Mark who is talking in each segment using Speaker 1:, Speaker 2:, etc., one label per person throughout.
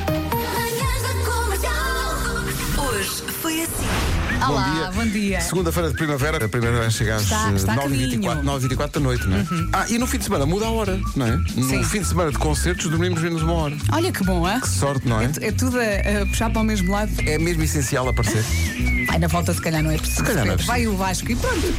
Speaker 1: assim.
Speaker 2: bom
Speaker 3: Olá,
Speaker 2: dia.
Speaker 3: bom dia.
Speaker 2: Segunda-feira de primavera, a primeira vai chegar às
Speaker 3: Está-
Speaker 2: eh,
Speaker 3: está a
Speaker 2: 9h24,
Speaker 3: caminho. Uhum.
Speaker 2: 9h24 da noite, não é? Ah, e no fim de semana muda a hora, não é? No
Speaker 3: Sim.
Speaker 2: fim de semana de concertos dormimos menos uma hora.
Speaker 3: Olha que bom, hã?
Speaker 2: Que sorte, não é?
Speaker 3: É tudo a, a puxar para o mesmo lado.
Speaker 2: É mesmo essencial aparecer.
Speaker 3: Ai, na volta se calhar não é preciso.
Speaker 2: Se calhar não é preciso.
Speaker 3: Vai o Vasco e pronto.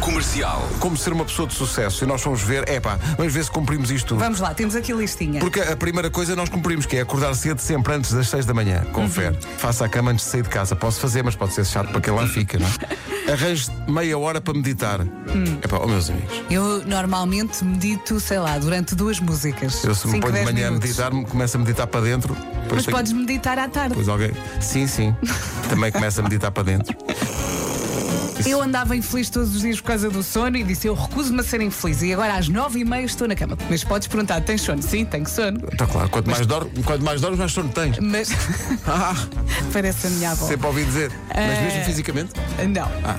Speaker 4: Comercial.
Speaker 2: Como ser uma pessoa de sucesso e nós vamos ver, epá, vamos ver se cumprimos isto tudo.
Speaker 3: Vamos lá, temos aqui a listinha.
Speaker 2: Porque a primeira coisa nós cumprimos, que é acordar cedo sempre antes das 6 da manhã.
Speaker 3: Uhum.
Speaker 2: Confere. Faça a cama antes de sair de casa. Posso fazer, mas pode ser chato para quem lá fica, não é? Arranje meia hora para meditar.
Speaker 3: Hum.
Speaker 2: Epá, oh, meus amigos,
Speaker 3: Eu normalmente medito, sei lá, durante duas músicas.
Speaker 2: eu se me
Speaker 3: Cinco,
Speaker 2: ponho de
Speaker 3: dez
Speaker 2: manhã a
Speaker 3: minutos.
Speaker 2: meditar, me começo a meditar para dentro. depois
Speaker 3: Mas
Speaker 2: tenho-
Speaker 3: podes meditar à tarde.
Speaker 2: Pois alguém. Sim, sim. Também começa a meditar para dentro.
Speaker 3: Eu andava infeliz todos os dias por causa do sono e disse eu recuso-me a ser infeliz e agora às nove e meia estou na cama. Mas podes perguntar, tens sono? Sim, tenho sono.
Speaker 2: Está Então, claro, quanto mais, dor, quanto mais dormes, mais sono tens.
Speaker 3: Mas
Speaker 2: Ah,
Speaker 3: parece a minha avó.
Speaker 2: sempre ouvi dizer. Mas
Speaker 3: Eh,
Speaker 2: mesmo fisicamente?
Speaker 3: Não.
Speaker 2: Ah.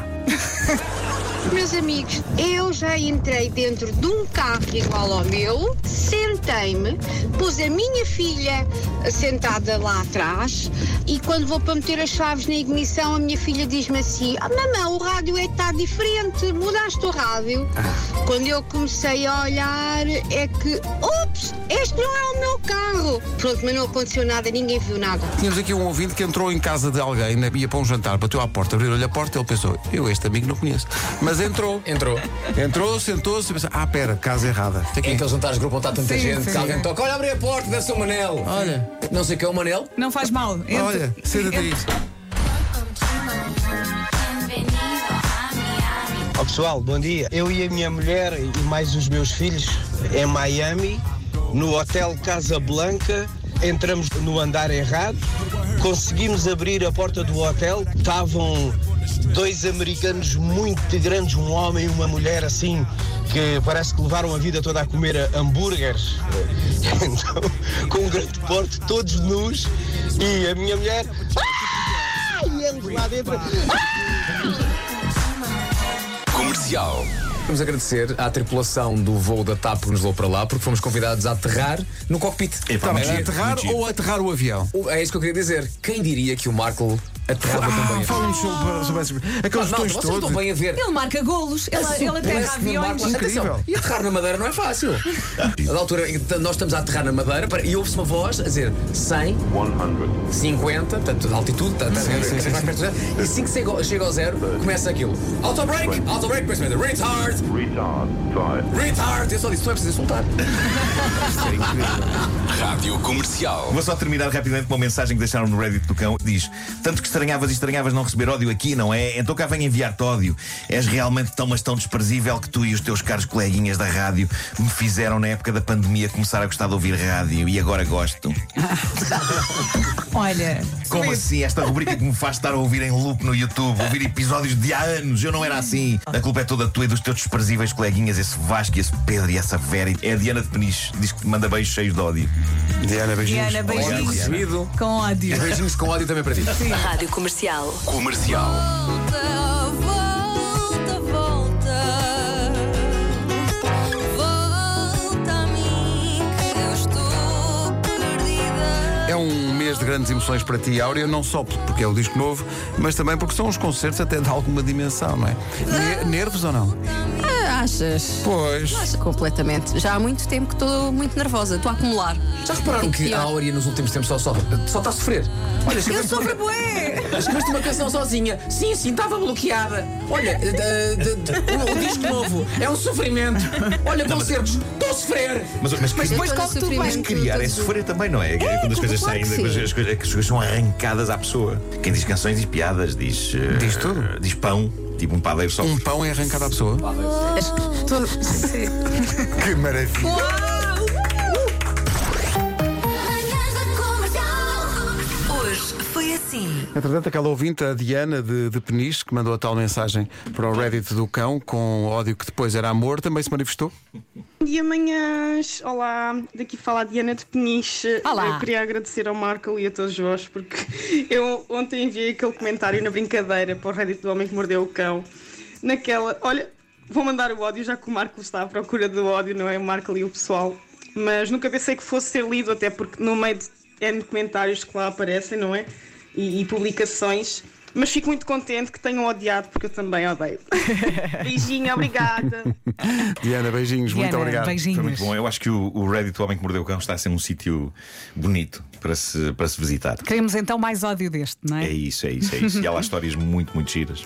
Speaker 5: Meus amigos, eu já entrei dentro de um carro igual ao meu, sentei-me, pus a minha filha sentada lá atrás e quando vou para meter as chaves na ignição, a minha filha diz-me assim: ah, Mamãe, o rádio é que está diferente, mudaste o rádio. Quando eu comecei a olhar, é que, ups, este não é o meu carro. Pronto, mas não aconteceu nada, ninguém viu nada.
Speaker 2: Tínhamos aqui um ouvinte que entrou em casa de alguém, né, ia para um jantar, bateu à porta, abriu-lhe a porta, ele pensou, eu este amigo não conheço. Mas entrou.
Speaker 4: Entrou.
Speaker 2: Entrou, sentou-se e pensou, ah, pera, casa errada.
Speaker 4: É aqueles jantares de grupo onde está tanta
Speaker 3: Sim,
Speaker 4: gente
Speaker 3: sim.
Speaker 4: que alguém toca. Olha, abri a porta, deve ser o Manel.
Speaker 2: Olha.
Speaker 4: Não sei o que é o Manel.
Speaker 3: Não faz mal. Entra-
Speaker 2: Olha, senta-te aí.
Speaker 6: Ó pessoal, bom dia. Eu e a minha mulher e mais os meus filhos em Miami, no Hotel Casa Blanca, entramos no andar errado, conseguimos abrir a porta do hotel, estavam dois americanos muito grandes, um homem e uma mulher assim, que parece que levaram a vida toda a comer hambúrgueres, então, com um grande porte, todos nus, e a minha mulher... "Ah!" E eles lá dentro...
Speaker 4: Comercial. Vamos agradecer à tripulação do voo da TAP que nos levou para lá, porque fomos convidados a aterrar no cockpit.
Speaker 2: Tá bem,
Speaker 4: Era
Speaker 2: aterrar ou aterrar o avião?
Speaker 4: O- É isso que eu queria dizer. Quem diria que o Marco aterrava tão bem?
Speaker 2: Fala-nos Ah, sobre, sobre esses-
Speaker 4: é. Ah,
Speaker 2: aqueles botões
Speaker 4: Malta, vocês não estão
Speaker 2: todos.
Speaker 4: bem a ver.
Speaker 3: Ele marca golos, ele, ele aterra
Speaker 4: Parece que o
Speaker 3: aviões.
Speaker 4: Marco- Atenção,
Speaker 2: Incrível.
Speaker 4: E aterrar na madeira não é fácil. Na altura em que nós estamos a aterrar na madeira para- e ouve-se uma voz a dizer 100, 50, portanto, de altitude, tá, tá, é mais perto do zero. e assim que chega, chega ao zero, começa aquilo. Auto break, auto break, depois manda retard,
Speaker 7: Retard, vai.
Speaker 4: retard. Eu só disse, tu é preciso insultar. Rádio Comercial.
Speaker 8: Vou só terminar rapidamente com uma mensagem que deixaram no Reddit do cão. Diz: Tanto que estranhavas e estranhavas não receber ódio aqui, não é? Então cá vem enviar-te ódio. És realmente tão, mas tão desprezível que tu e os teus caros coleguinhas da rádio me fizeram na época da pandemia começar a gostar de ouvir rádio e agora gosto.
Speaker 3: Olha,
Speaker 8: Como assim? Esta rubrica que me faz estar a ouvir em loop no YouTube, ouvir episódios de há anos, eu não era assim. A culpa é toda tua e dos teus desprezíveis coleguinhas, esse Vasco, esse Pedro e essa Vera. É a Diana de Peniche, diz que te manda beijos cheios de ódio.
Speaker 2: Diana, beijinhos.
Speaker 3: Diana, beijinhos
Speaker 4: Recebido.
Speaker 3: com ódio.
Speaker 4: Beijinhos com ódio também para ti.
Speaker 9: Rádio Comercial.
Speaker 4: Comercial.
Speaker 1: Volta, volta, volta, volta a mim que eu estou perdida.
Speaker 2: É um mês de grandes emoções para ti, Áurea, não só porque é o disco novo, mas também porque são os concertos até de alguma dimensão, não é? Ne- Nervos ou não?
Speaker 1: achas?
Speaker 2: Pois.
Speaker 1: Acho completamente. Já há muito tempo que estou muito nervosa, estou a acumular.
Speaker 4: Já repararam que a Áurea nos últimos tempos só, sofre, só está a sofrer? Olha,
Speaker 1: Eu
Speaker 4: escreveste-
Speaker 1: sofro bué!
Speaker 4: Escreveste uma canção sozinha. Sim, sim, estava bloqueada. Olha, eh, d- d- d- o, o disco novo é um sofrimento. Olha, concertos, estou a sofrer.
Speaker 8: Mas, mas, mas
Speaker 3: Depois
Speaker 1: Eu estou no
Speaker 3: corre tudo
Speaker 1: sofrimento.
Speaker 3: bem.
Speaker 8: criar é sofrer também, não é? É, quando as coisas
Speaker 1: claro
Speaker 8: saem,
Speaker 1: que
Speaker 8: quando as,
Speaker 1: sim.
Speaker 8: as coisas, que as coisas são arrancadas à pessoa. Quem diz canções diz piadas, diz. eh,
Speaker 2: Diz tudo.
Speaker 8: Diz pão, tipo um padeiro só.
Speaker 2: Um pão é arrancado à pessoa. Que maravilha.
Speaker 1: Manhãs da comercial.
Speaker 9: Hoje foi assim.
Speaker 2: Entretanto, aquela ouvinte, a Diana de, de Peniche, que mandou a tal mensagem para o Reddit do cão, com ódio que depois era amor, também se manifestou.
Speaker 10: Bom dia, manhãs. Olá, daqui fala a Diana de Peniche.
Speaker 3: Olá.
Speaker 10: Eu queria agradecer ao Marco e a todos vós, porque eu ontem enviei aquele comentário na brincadeira para o Reddit do Homem que Mordeu o Cão. Naquela, olha, vou mandar o ódio, já que o Marco está à procura do ódio, não é? O Marco e o pessoal. Mas nunca pensei que fosse ser lido, até porque no meio de N comentários que lá aparecem, não é? E, e publicações, Mas fico muito contente que tenham odiado, porque eu também odeio. Beijinho, obrigada.
Speaker 2: Diana, beijinhos, muito
Speaker 3: Diana,
Speaker 2: obrigado.
Speaker 3: beijinhos.
Speaker 8: Foi muito bom. Eu acho que o, o Reddit, o Homem que Mordeu o Cão, está a ser um sítio bonito para se, para se visitar.
Speaker 3: Queremos então mais ódio deste, não
Speaker 8: É isso, é isso, é isso. E há lá histórias muito, muito giras.